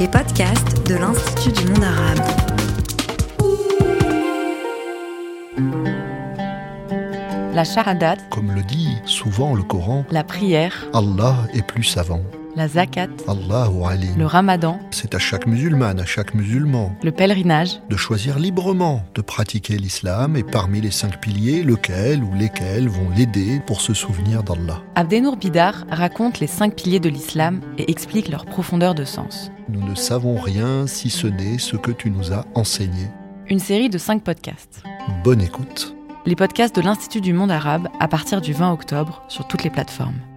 les podcasts de l'Institut du monde arabe. La shahadad, Comme le dit souvent le Coran, la prière, Allah est plus savant. la zakat, Allahu alim. le ramadan, C'est à chaque musulmane, à chaque musulman, le pèlerinage, de choisir librement de pratiquer l'islam et parmi les cinq piliers, lequel ou lesquels vont l'aider pour se souvenir d'Allah. Abdenour Bidar raconte les cinq piliers de l'islam et explique leur profondeur de sens. Nous ne savons rien si ce n'est ce que tu nous as enseigné. Une série de cinq podcasts. Bonne écoute. Les podcasts de l'Institut du monde arabe à partir du 20 octobre sur toutes les plateformes.